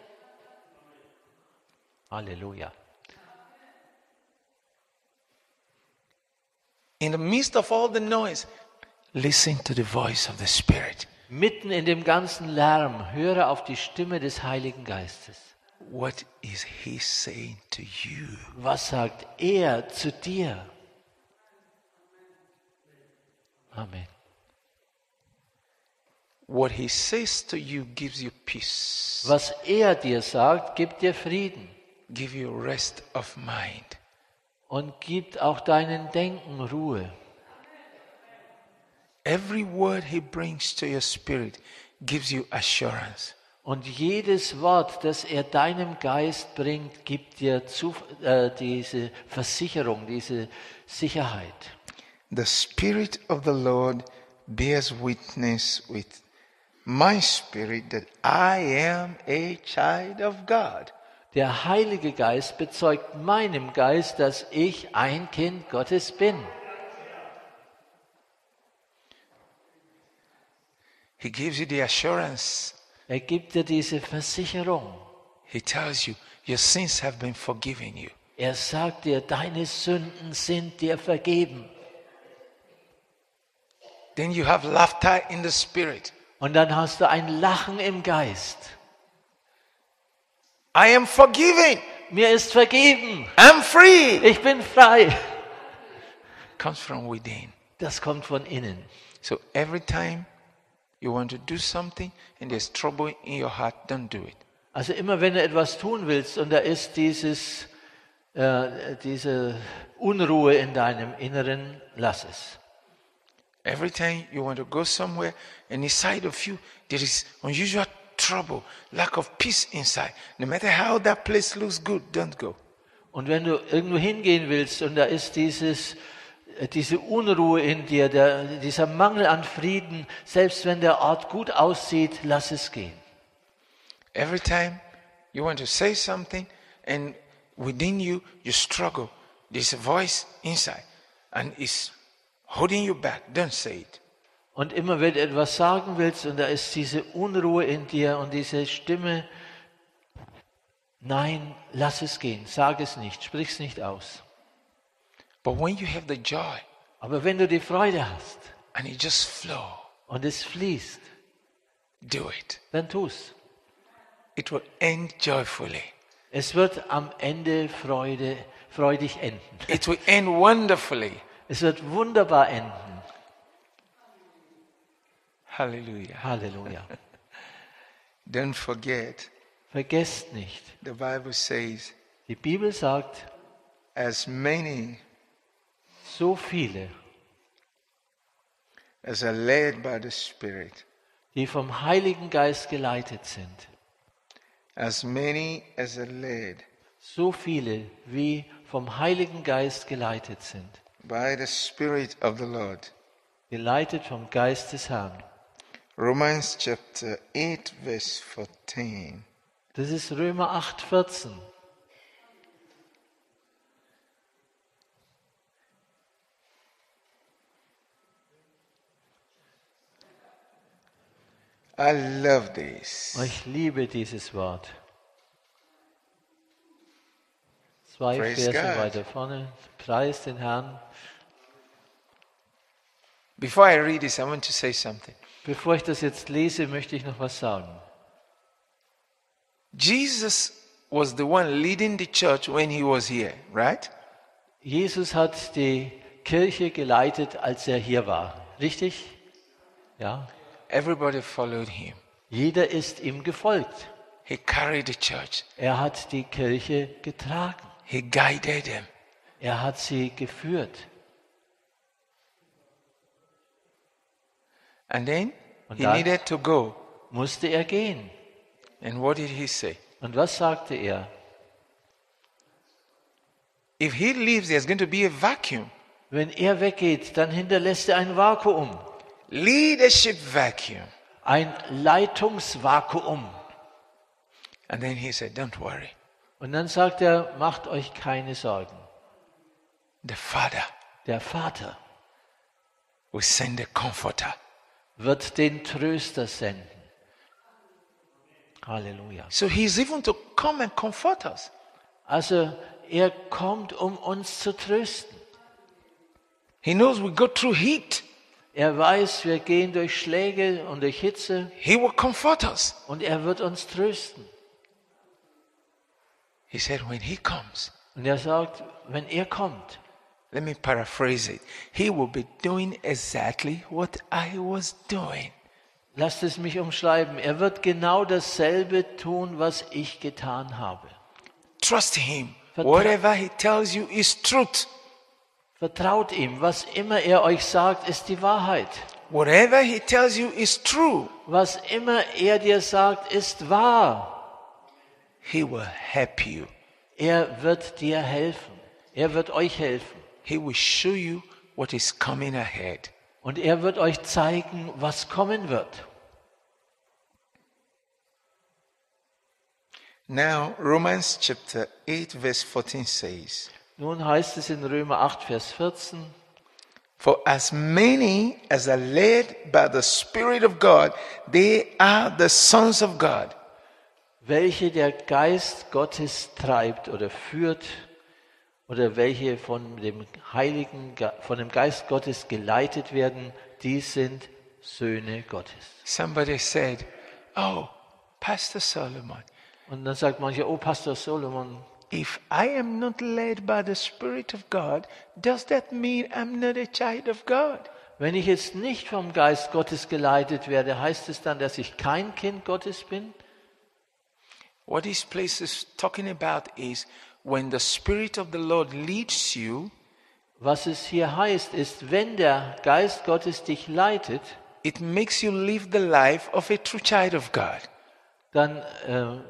[SPEAKER 2] Halleluja.
[SPEAKER 1] In the midst of all the noise, listen to the voice of the Spirit.
[SPEAKER 2] Mitten in dem ganzen Lärm höre auf die Stimme des Heiligen Geistes.
[SPEAKER 1] What is he saying to you?
[SPEAKER 2] Was sagt er zu dir? Amen.
[SPEAKER 1] What he says to you gives you peace,
[SPEAKER 2] Was er dir sagt, gibt dir Frieden
[SPEAKER 1] give you rest of mind.
[SPEAKER 2] und gibt auch deinen Denken Ruhe.
[SPEAKER 1] Every word he brings to your spirit gives you assurance.
[SPEAKER 2] Und jedes Wort, das er deinem Geist bringt, gibt dir zu, äh, diese Versicherung, diese Sicherheit.
[SPEAKER 1] The Spirit of the Lord bears witness with my spirit that I am a child of God.
[SPEAKER 2] Der Heilige Geist bezeugt meinem Geist, dass ich ein Kind Gottes bin.
[SPEAKER 1] He gives you the assurance.
[SPEAKER 2] Er gibt dir diese Versicherung.
[SPEAKER 1] He tells you, Your sins have been forgiven you.
[SPEAKER 2] Er sagt dir, deine Sünden sind dir vergeben.
[SPEAKER 1] Then you have laughter in the spirit.
[SPEAKER 2] Und dann hast du ein Lachen im Geist.
[SPEAKER 1] I am forgiven.
[SPEAKER 2] Mir ist vergeben.
[SPEAKER 1] I'm free.
[SPEAKER 2] Ich bin frei.
[SPEAKER 1] Comes from within.
[SPEAKER 2] Das kommt von innen.
[SPEAKER 1] So every time you want to do something and there's trouble in your heart, don't do it.
[SPEAKER 2] Also immer wenn du etwas tun willst und da ist dieses, äh, diese Unruhe in deinem Inneren, lass es.
[SPEAKER 1] Every time you want to go somewhere and inside of you there is unusual trouble, lack of peace inside, no matter how that place looks good, don't go.
[SPEAKER 2] Und wenn du irgendwo hingehen willst und da ist dieses, äh, diese Unruhe in dir, der, dieser Mangel an Frieden, selbst wenn der Ort gut aussieht, lass es gehen.
[SPEAKER 1] Every time you want to say something and within you you struggle, there's a voice inside and it's holding you back, don't say it.
[SPEAKER 2] und immer wenn du etwas sagen willst und da ist diese Unruhe in dir und diese Stimme, nein, lass es gehen, sag es nicht, sprich es nicht aus.
[SPEAKER 1] But when you have the joy
[SPEAKER 2] Aber wenn du die Freude hast
[SPEAKER 1] and it just flow,
[SPEAKER 2] und es fließt,
[SPEAKER 1] do it.
[SPEAKER 2] dann tu's.
[SPEAKER 1] It will end joyfully.
[SPEAKER 2] Es wird am Ende Freude, freudig enden.
[SPEAKER 1] It will end wonderfully.
[SPEAKER 2] Es wird wunderbar enden.
[SPEAKER 1] Hallelujah.
[SPEAKER 2] Halleluja.
[SPEAKER 1] Don't forget,
[SPEAKER 2] Vergesst nicht,
[SPEAKER 1] the Bible says,
[SPEAKER 2] die Bibel sagt,
[SPEAKER 1] as many
[SPEAKER 2] so viele,
[SPEAKER 1] as are led by the Spirit,
[SPEAKER 2] die vom Heiligen Geist geleitet sind,
[SPEAKER 1] as many as are led
[SPEAKER 2] so viele, wie vom Heiligen Geist geleitet sind,
[SPEAKER 1] by the Spirit of the Lord.
[SPEAKER 2] geleitet vom Geist des Herrn.
[SPEAKER 1] Romans chapter 8, verse 14.
[SPEAKER 2] Das ist Römer 8, 14.
[SPEAKER 1] I love
[SPEAKER 2] Und
[SPEAKER 1] this.
[SPEAKER 2] Ich liebe dieses Wort. Zwei
[SPEAKER 1] Praise
[SPEAKER 2] Verse
[SPEAKER 1] God.
[SPEAKER 2] weiter vorne. Preis den Herrn.
[SPEAKER 1] Before I read this, I want to say something.
[SPEAKER 2] Bevor ich das jetzt lese, möchte ich noch was sagen.
[SPEAKER 1] Jesus was the one leading the church when he was here, right?
[SPEAKER 2] Jesus hat die Kirche geleitet, als er hier war. Richtig? Ja.
[SPEAKER 1] Everybody followed him.
[SPEAKER 2] Jeder ist ihm gefolgt.
[SPEAKER 1] He carried the church.
[SPEAKER 2] Er hat die Kirche getragen.
[SPEAKER 1] He guided them.
[SPEAKER 2] Er hat sie geführt.
[SPEAKER 1] And then
[SPEAKER 2] Und
[SPEAKER 1] he
[SPEAKER 2] dann-
[SPEAKER 1] needed to go.
[SPEAKER 2] Musste er gehen.
[SPEAKER 1] And what did he say?
[SPEAKER 2] Und was sagte er?
[SPEAKER 1] If he leaves, there's going to be a vacuum.
[SPEAKER 2] Wenn er weggeht, dann hinterlässt er ein Vakuum.
[SPEAKER 1] Leadership vacuum.
[SPEAKER 2] ein Leitungsvakuum.
[SPEAKER 1] And then he said, Don't worry.
[SPEAKER 2] Und dann sagt er, macht euch keine Sorgen.
[SPEAKER 1] The Father
[SPEAKER 2] Der Vater
[SPEAKER 1] will send a comforter.
[SPEAKER 2] wird den Tröster senden. Halleluja.
[SPEAKER 1] So he's even to come and comfort us.
[SPEAKER 2] Also er kommt, um uns zu trösten.
[SPEAKER 1] He knows we go through heat.
[SPEAKER 2] Er weiß, wir gehen durch Schläge und durch Hitze
[SPEAKER 1] He will comfort us.
[SPEAKER 2] und er wird uns trösten.
[SPEAKER 1] He said, When he comes,
[SPEAKER 2] Und er sagt, wenn er kommt,
[SPEAKER 1] let me paraphrase it. He will be doing exactly what I was doing.
[SPEAKER 2] lasst es mich umschreiben, er wird genau dasselbe tun, was ich getan habe.
[SPEAKER 1] Trust him.
[SPEAKER 2] Vertra-
[SPEAKER 1] Whatever he tells you is truth.
[SPEAKER 2] Vertraut ihm, was immer er euch sagt, ist die Wahrheit.
[SPEAKER 1] Whatever he tells you is true.
[SPEAKER 2] Was immer er dir sagt, ist wahr.
[SPEAKER 1] He will help you.
[SPEAKER 2] Er wird dir helfen. Er wird euch helfen.
[SPEAKER 1] He will show you what is coming ahead.
[SPEAKER 2] Und er wird euch zeigen, was kommen wird.
[SPEAKER 1] Now, Romans chapter 8, verse 14 says,
[SPEAKER 2] Nun heißt es in Römer 8, Vers 14,
[SPEAKER 1] For as many as are led by the Spirit of God, they are the sons of God.
[SPEAKER 2] welche der Geist Gottes treibt oder führt oder welche von dem Heiligen, Ge- von dem Geist Gottes geleitet werden, die sind Söhne Gottes.
[SPEAKER 1] Somebody said, Oh, Pastor Solomon,
[SPEAKER 2] Und dann sagt mancher, oh Pastor Solomon,
[SPEAKER 1] if I am not led by the Spirit of God, does that mean I'm not a child of God?
[SPEAKER 2] Wenn ich jetzt nicht vom Geist Gottes geleitet werde, heißt es dann, dass ich kein Kind Gottes bin?
[SPEAKER 1] What this place is talking about is when the Spirit of the Lord leads you,
[SPEAKER 2] Was es hier heißt, ist, wenn der Geist Gottes dich leitet,
[SPEAKER 1] it makes you live the life of a true child of God.
[SPEAKER 2] dann äh,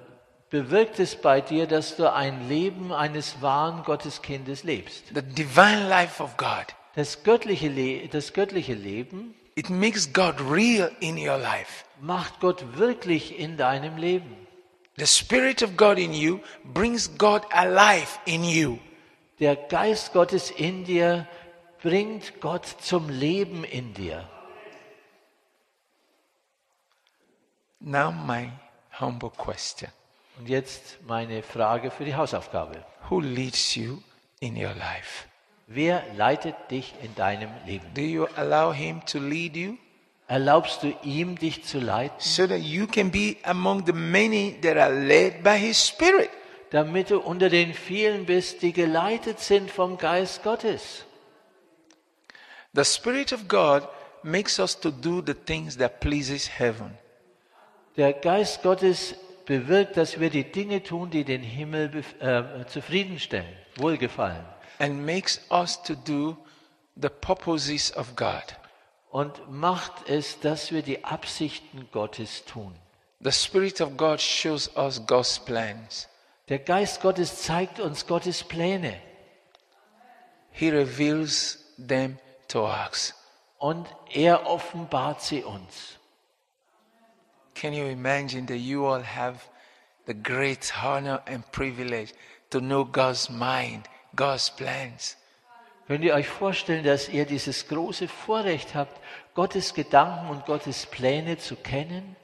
[SPEAKER 2] bewirkt es bei dir, dass du ein Leben eines wahren Gotteskiindes lebst.
[SPEAKER 1] The divine life of God.
[SPEAKER 2] Das göttliche, Le das göttliche Leben
[SPEAKER 1] It makes God real in your life.
[SPEAKER 2] macht Gott wirklich in deinem Leben.
[SPEAKER 1] The Spirit of God in you brings God alive in you.
[SPEAKER 2] Der Geist Gottes in dir bringt Gott zum Leben in dir.
[SPEAKER 1] Now, my humble question
[SPEAKER 2] Und jetzt meine Frage für die Hausaufgabe.
[SPEAKER 1] Who leads you in your life?
[SPEAKER 2] Wer leitet dich in deinem Leben?
[SPEAKER 1] Do you allow Him to lead you
[SPEAKER 2] Erlaubst du ihm, dich zu leiten,
[SPEAKER 1] so that you can be among the many that are led by His Spirit?
[SPEAKER 2] damit du unter den vielen bist, die geleitet sind vom Geist Gottes?
[SPEAKER 1] The Spirit of God makes us to do the things that pleases heaven.
[SPEAKER 2] Der Geist Gottes bewirkt, dass wir die Dinge tun, die den Himmel bef- äh, zufriedenstellen, wohlgefallen.
[SPEAKER 1] and makes us to do the purposes of God.
[SPEAKER 2] Und macht es, dass wir die Absichten Gottes tun.
[SPEAKER 1] The Spirit of God shows us God's plans.
[SPEAKER 2] Der Geist Gottes zeigt uns Gottes Pläne
[SPEAKER 1] He reveals them to us.
[SPEAKER 2] und er offenbart sie uns.
[SPEAKER 1] Can you imagine that you all have the great honor and privilege to know God's mind, God's plans?
[SPEAKER 2] Könnt ihr euch vorstellen, dass ihr dieses große Vorrecht habt, Gottes Gedanken und Gottes Pläne zu kennen?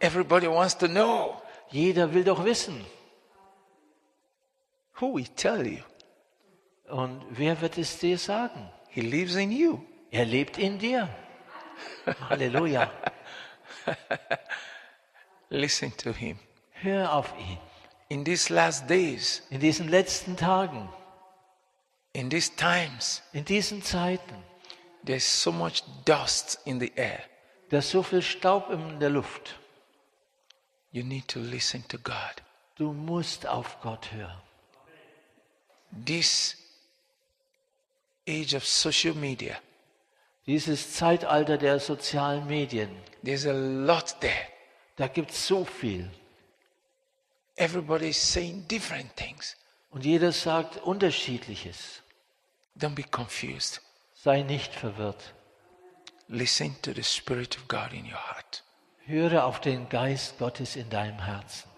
[SPEAKER 1] Everybody wants to know.
[SPEAKER 2] Jeder will doch wissen.
[SPEAKER 1] Who will tell you?
[SPEAKER 2] Und wer wird es dir sagen?
[SPEAKER 1] He lives in you.
[SPEAKER 2] Er lebt in dir. Halleluja.
[SPEAKER 1] Listen to him.
[SPEAKER 2] Hör auf ihn.
[SPEAKER 1] In these last days,
[SPEAKER 2] In diesen letzten Tagen,
[SPEAKER 1] in these times,
[SPEAKER 2] in diesen Zeiten,
[SPEAKER 1] there's so much dust in the air.
[SPEAKER 2] da ist so viel Staub in der Luft.
[SPEAKER 1] You need to listen to God.
[SPEAKER 2] Du musst auf Gott hören.
[SPEAKER 1] This age of social media,
[SPEAKER 2] Dieses Zeitalter der sozialen Medien,
[SPEAKER 1] there's a lot there.
[SPEAKER 2] da gibt es so viel.
[SPEAKER 1] Everybody's saying different things.
[SPEAKER 2] Und jeder sagt unterschiedliches.
[SPEAKER 1] Don't be confused.
[SPEAKER 2] Sei nicht verwirrt.
[SPEAKER 1] Listen to the Spirit of God in your heart.
[SPEAKER 2] Höre auf den Geist Gottes in deinem Herzen.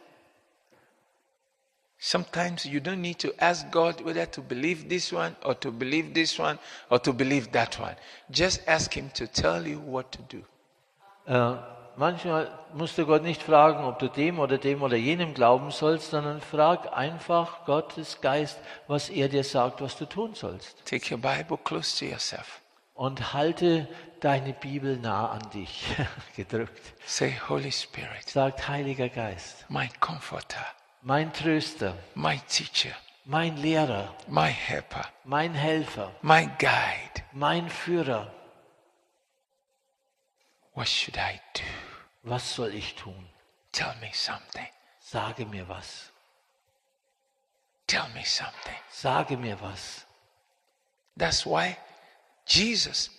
[SPEAKER 1] Sometimes you don't need to ask God whether to believe this one or to believe this one or to believe that one. Just ask Him to tell you what to do.
[SPEAKER 2] Äh, manchmal musst du Gott nicht fragen, ob du dem oder dem oder jenem glauben sollst, sondern frag einfach Gottes Geist, was er dir sagt, was du tun sollst.
[SPEAKER 1] Take your Bible close to yourself.
[SPEAKER 2] Und halte deine Bibel nah an dich gedrückt.
[SPEAKER 1] Say, Holy Spirit,
[SPEAKER 2] Sagt Heiliger Geist,
[SPEAKER 1] my comforter,
[SPEAKER 2] mein Tröster,
[SPEAKER 1] my teacher,
[SPEAKER 2] mein Lehrer,
[SPEAKER 1] my helper,
[SPEAKER 2] mein Helfer,
[SPEAKER 1] my guide.
[SPEAKER 2] mein Führer,
[SPEAKER 1] What should I do?
[SPEAKER 2] was soll ich tun?
[SPEAKER 1] Tell me something.
[SPEAKER 2] Sage mir was.
[SPEAKER 1] Tell me something.
[SPEAKER 2] Sage mir was.
[SPEAKER 1] That's why Jesus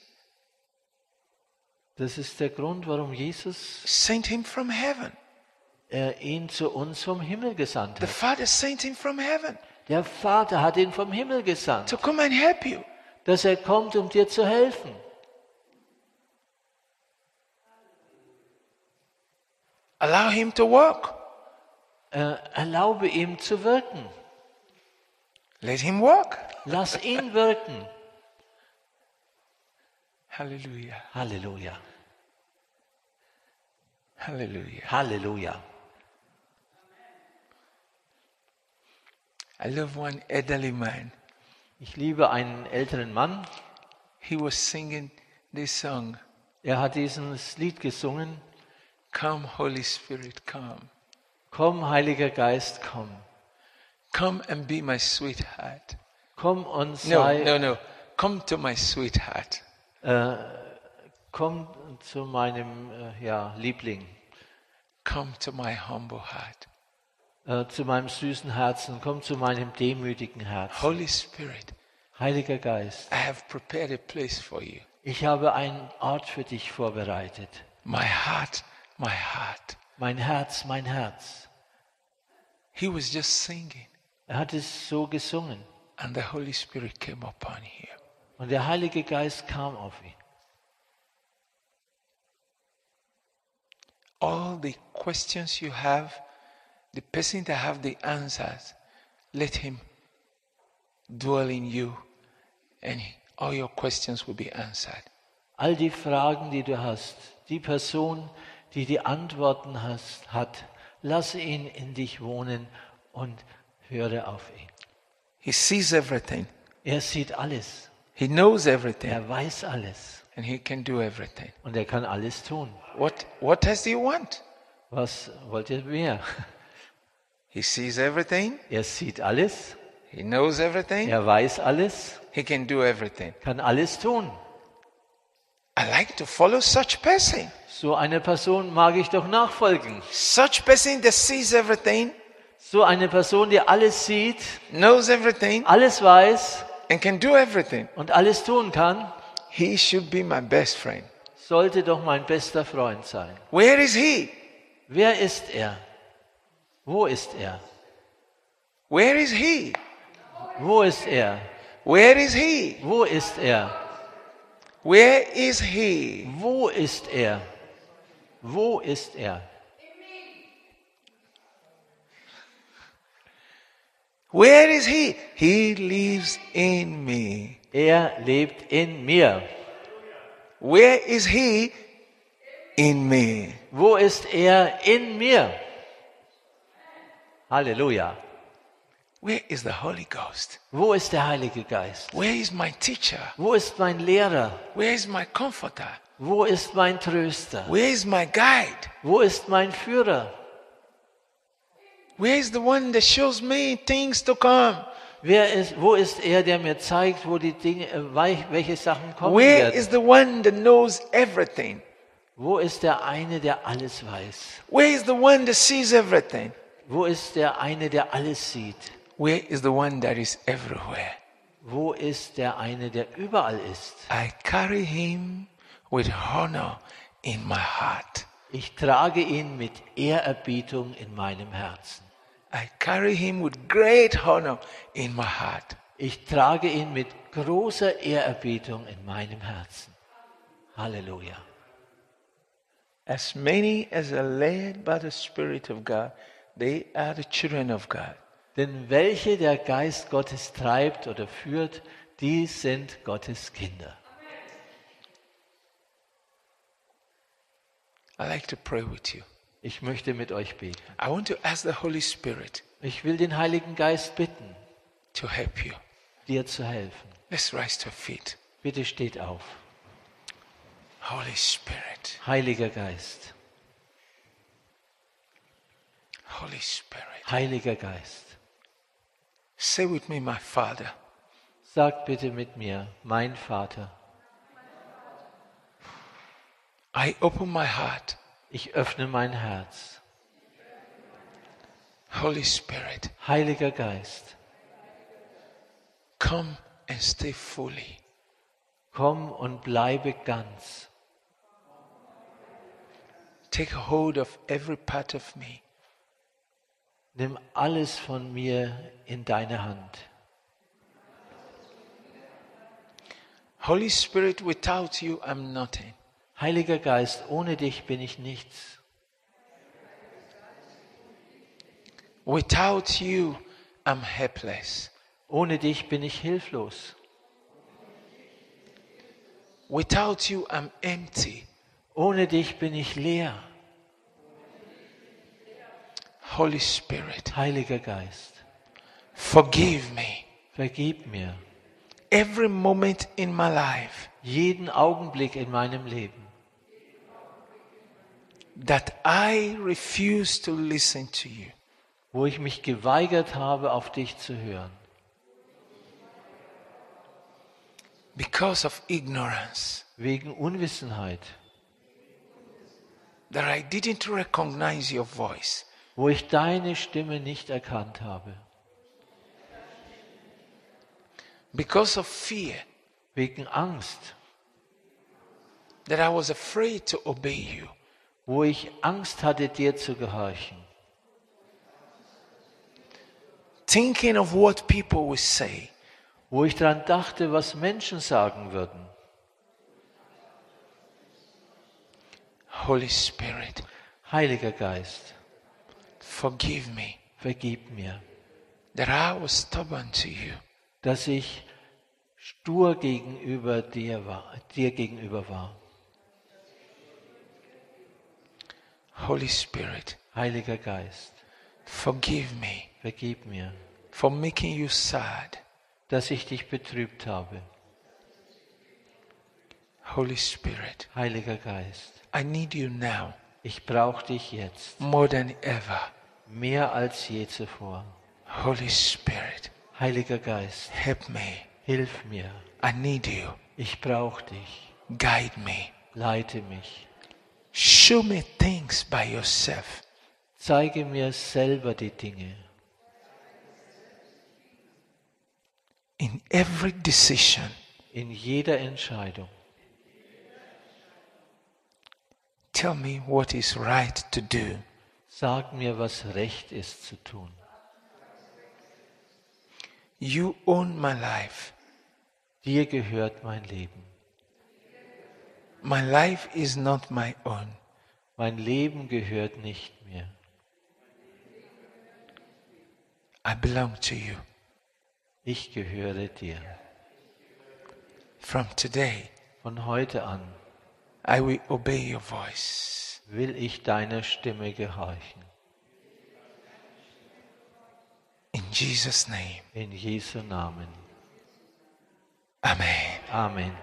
[SPEAKER 2] Das ist der Grund, warum Jesus
[SPEAKER 1] sent him from heaven.
[SPEAKER 2] äh, ihn zu uns vom Himmel gesandt
[SPEAKER 1] The
[SPEAKER 2] hat.
[SPEAKER 1] Father sent him from heaven
[SPEAKER 2] Der Vater hat ihn vom Himmel gesandt,
[SPEAKER 1] to come and help you.
[SPEAKER 2] dass er kommt, um dir zu helfen.
[SPEAKER 1] Allow him to walk.
[SPEAKER 2] Äh, erlaube ihm zu wirken.
[SPEAKER 1] Let him walk.
[SPEAKER 2] Lass ihn wirken.
[SPEAKER 1] Hallelujah.
[SPEAKER 2] Halleluja.
[SPEAKER 1] Hallelujah.
[SPEAKER 2] Halleluja.
[SPEAKER 1] I love one elderly man.
[SPEAKER 2] Ich liebe einen älteren Mann.
[SPEAKER 1] He was singing this song
[SPEAKER 2] Er hat dieses Lied gesungen.
[SPEAKER 1] Come, Holy Spirit, come.
[SPEAKER 2] Komm, Heiliger Geist, komm.
[SPEAKER 1] Come and be my sweetheart.
[SPEAKER 2] Komm und
[SPEAKER 1] No,
[SPEAKER 2] sei,
[SPEAKER 1] no, no. Come to my sweetheart.
[SPEAKER 2] komm zu meinem äh, ja, Liebling,
[SPEAKER 1] Come to my humble heart.
[SPEAKER 2] äh, zu meinem süßen Herzen, komm zu meinem demütigen Herzen.
[SPEAKER 1] Holy Spirit,
[SPEAKER 2] Heiliger Geist,
[SPEAKER 1] I have prepared a place for you.
[SPEAKER 2] ich habe einen Ort für dich vorbereitet.
[SPEAKER 1] My heart, my heart.
[SPEAKER 2] Mein Herz, mein Herz.
[SPEAKER 1] He was just singing,
[SPEAKER 2] Er hat es so gesungen.
[SPEAKER 1] and the Holy Spirit came upon him.
[SPEAKER 2] Und der Heilige Geist kam auf ihn.
[SPEAKER 1] All the questions you have, the person that have the answers, let him dwell in you, and all your questions will be answered.
[SPEAKER 2] All die Fragen, die du hast, die Person, die die Antworten hast, hat. Lasse ihn in dich wohnen und höre auf ihn.
[SPEAKER 1] He sees everything,
[SPEAKER 2] Er sieht alles,
[SPEAKER 1] He knows everything,
[SPEAKER 2] er weiß alles
[SPEAKER 1] and He can do everything.
[SPEAKER 2] und er kann alles tun.
[SPEAKER 1] What, what else do you want?
[SPEAKER 2] Was wollt ihr mehr?
[SPEAKER 1] He sees everything,
[SPEAKER 2] Er sieht alles,
[SPEAKER 1] He knows everything,
[SPEAKER 2] er weiß alles,
[SPEAKER 1] He can do everything.
[SPEAKER 2] kann alles tun.
[SPEAKER 1] I like to follow such person.
[SPEAKER 2] So eine Person mag ich doch nachfolgen.
[SPEAKER 1] Such person that sees everything,
[SPEAKER 2] So eine Person, die alles sieht,
[SPEAKER 1] knows everything,
[SPEAKER 2] alles weiß
[SPEAKER 1] and can do everything.
[SPEAKER 2] und alles tun kann,
[SPEAKER 1] He should be my best friend.
[SPEAKER 2] sollte doch mein bester Freund sein.
[SPEAKER 1] Where is he?
[SPEAKER 2] Wer ist er? Wo ist er?
[SPEAKER 1] Where is he?
[SPEAKER 2] Wo ist er?
[SPEAKER 1] Where is he?
[SPEAKER 2] Wo ist er?
[SPEAKER 1] Where is he?
[SPEAKER 2] Wo ist er? Wo ist er?
[SPEAKER 1] Where is he? He lives in me.
[SPEAKER 2] Er lebt in mir.
[SPEAKER 1] Where is he? In me.
[SPEAKER 2] Wo ist er in mir? Halleluja.
[SPEAKER 1] Where is the Holy Ghost?
[SPEAKER 2] Wo ist der Heilige Geist?
[SPEAKER 1] Where is my teacher?
[SPEAKER 2] Wo ist mein Lehrer?
[SPEAKER 1] Where is my comforter?
[SPEAKER 2] Wo ist mein Tröster?
[SPEAKER 1] Where is my guide?
[SPEAKER 2] Wo ist mein Führer?
[SPEAKER 1] Where is the one that shows me things to come?
[SPEAKER 2] Wer ist, wo ist er, der mir zeigt, wo die Dinge, äh, weich- welche Sachen kommen
[SPEAKER 1] Where
[SPEAKER 2] werden?
[SPEAKER 1] is the one that knows everything?
[SPEAKER 2] wo ist der eine, der alles weiß?
[SPEAKER 1] Where is the one that sees everything?
[SPEAKER 2] Wo ist der eine, der alles sieht?
[SPEAKER 1] Where is the one that is everywhere?
[SPEAKER 2] Wo ist der eine, der überall ist?
[SPEAKER 1] I carry him with honor in my heart.
[SPEAKER 2] Ich trage ihn mit Ehrerbietung in meinem Herzen.
[SPEAKER 1] I carry him with great honor in my heart.
[SPEAKER 2] Ich trage ihn mit großer Ehrerbietung in meinem Herzen. Halleluja.
[SPEAKER 1] As many as are led by the Spirit of God, they are the children of God.
[SPEAKER 2] Denn welche der Geist Gottes treibt oder führt, die sind Gottes Kinder.
[SPEAKER 1] I like to pray with you.
[SPEAKER 2] Ich möchte mit euch beten.
[SPEAKER 1] I want to ask the Holy Spirit
[SPEAKER 2] Ich will den Heiligen Geist bitten,
[SPEAKER 1] to help you.
[SPEAKER 2] dir zu helfen.
[SPEAKER 1] Let's rise to our feet.
[SPEAKER 2] Bitte steht auf.
[SPEAKER 1] Holy Spirit,
[SPEAKER 2] Heiliger Geist,
[SPEAKER 1] Holy Spirit.
[SPEAKER 2] Heiliger Geist,
[SPEAKER 1] Say with me, my Father,
[SPEAKER 2] sag bitte mit mir, mein Vater,
[SPEAKER 1] I open my heart.
[SPEAKER 2] ich öffne mein Herz.
[SPEAKER 1] Holy Spirit,
[SPEAKER 2] Heiliger Geist,
[SPEAKER 1] come and stay fully.
[SPEAKER 2] komm und bleibe ganz.
[SPEAKER 1] Take hold of every part of me.
[SPEAKER 2] Nimm alles von mir in deine Hand.
[SPEAKER 1] Holy Spirit, without you, I'm nothing.
[SPEAKER 2] Heiliger Geist, ohne dich bin ich nichts.
[SPEAKER 1] Without you, I'm helpless.
[SPEAKER 2] Ohne dich bin ich hilflos.
[SPEAKER 1] Without you, I'm empty.
[SPEAKER 2] Ohne dich bin ich leer.
[SPEAKER 1] Holy Spirit,
[SPEAKER 2] Heiliger Geist,
[SPEAKER 1] forgive me.
[SPEAKER 2] vergib mir
[SPEAKER 1] Every moment in my life
[SPEAKER 2] jeden Augenblick in meinem Leben,
[SPEAKER 1] that I refuse to listen to you,
[SPEAKER 2] wo ich mich geweigert habe, auf dich zu hören,
[SPEAKER 1] because of ignorance,
[SPEAKER 2] wegen Unwissenheit,
[SPEAKER 1] that I didn't recognize your voice.
[SPEAKER 2] wo ich deine Stimme nicht erkannt habe,
[SPEAKER 1] because of fear
[SPEAKER 2] wegen Angst,
[SPEAKER 1] that I was afraid to obey you.
[SPEAKER 2] wo ich Angst hatte, dir zu gehorchen,
[SPEAKER 1] Thinking of what people will say,
[SPEAKER 2] wo ich daran dachte, was Menschen sagen würden.
[SPEAKER 1] Holy Spirit,
[SPEAKER 2] Heiliger Geist,
[SPEAKER 1] forgive me
[SPEAKER 2] vergib mir,
[SPEAKER 1] that I was stubborn to you,
[SPEAKER 2] dass ich stur gegenüber dir war, dir gegenüber war.
[SPEAKER 1] Holy Spirit,
[SPEAKER 2] Heiliger Geist,
[SPEAKER 1] forgive me
[SPEAKER 2] vergib mir,
[SPEAKER 1] for making you sad.
[SPEAKER 2] dass ich dich betrübt habe.
[SPEAKER 1] Holy Spirit,
[SPEAKER 2] Heiliger Geist,
[SPEAKER 1] I need you now
[SPEAKER 2] ich brauche dich jetzt
[SPEAKER 1] more than ever.
[SPEAKER 2] mehr als je zuvor.
[SPEAKER 1] Holy Spirit,
[SPEAKER 2] Heiliger Geist,
[SPEAKER 1] help me.
[SPEAKER 2] hilf mir,
[SPEAKER 1] I need you.
[SPEAKER 2] ich brauche dich,
[SPEAKER 1] Guide me.
[SPEAKER 2] leite mich,
[SPEAKER 1] Show me things by yourself.
[SPEAKER 2] zeige mir selber die Dinge.
[SPEAKER 1] In every decision,
[SPEAKER 2] In jeder Entscheidung
[SPEAKER 1] tell me what is right to do.
[SPEAKER 2] sag mir, was recht ist zu tun.
[SPEAKER 1] You own my life.
[SPEAKER 2] Dir gehört mein Leben.
[SPEAKER 1] My life is not my own.
[SPEAKER 2] Mein Leben gehört nicht mir.
[SPEAKER 1] I belong to you.
[SPEAKER 2] Ich gehöre dir.
[SPEAKER 1] From today,
[SPEAKER 2] Von heute an
[SPEAKER 1] I will obey your voice.
[SPEAKER 2] will ich deiner Stimme gehorchen.
[SPEAKER 1] In Jesus' name,
[SPEAKER 2] In Jesu Namen.
[SPEAKER 1] Amen.
[SPEAKER 2] Amen.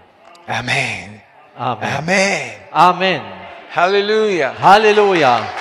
[SPEAKER 1] Amen.
[SPEAKER 2] Amen.
[SPEAKER 1] Amen.
[SPEAKER 2] Amen.
[SPEAKER 1] Hallelujah.
[SPEAKER 2] Halleluja.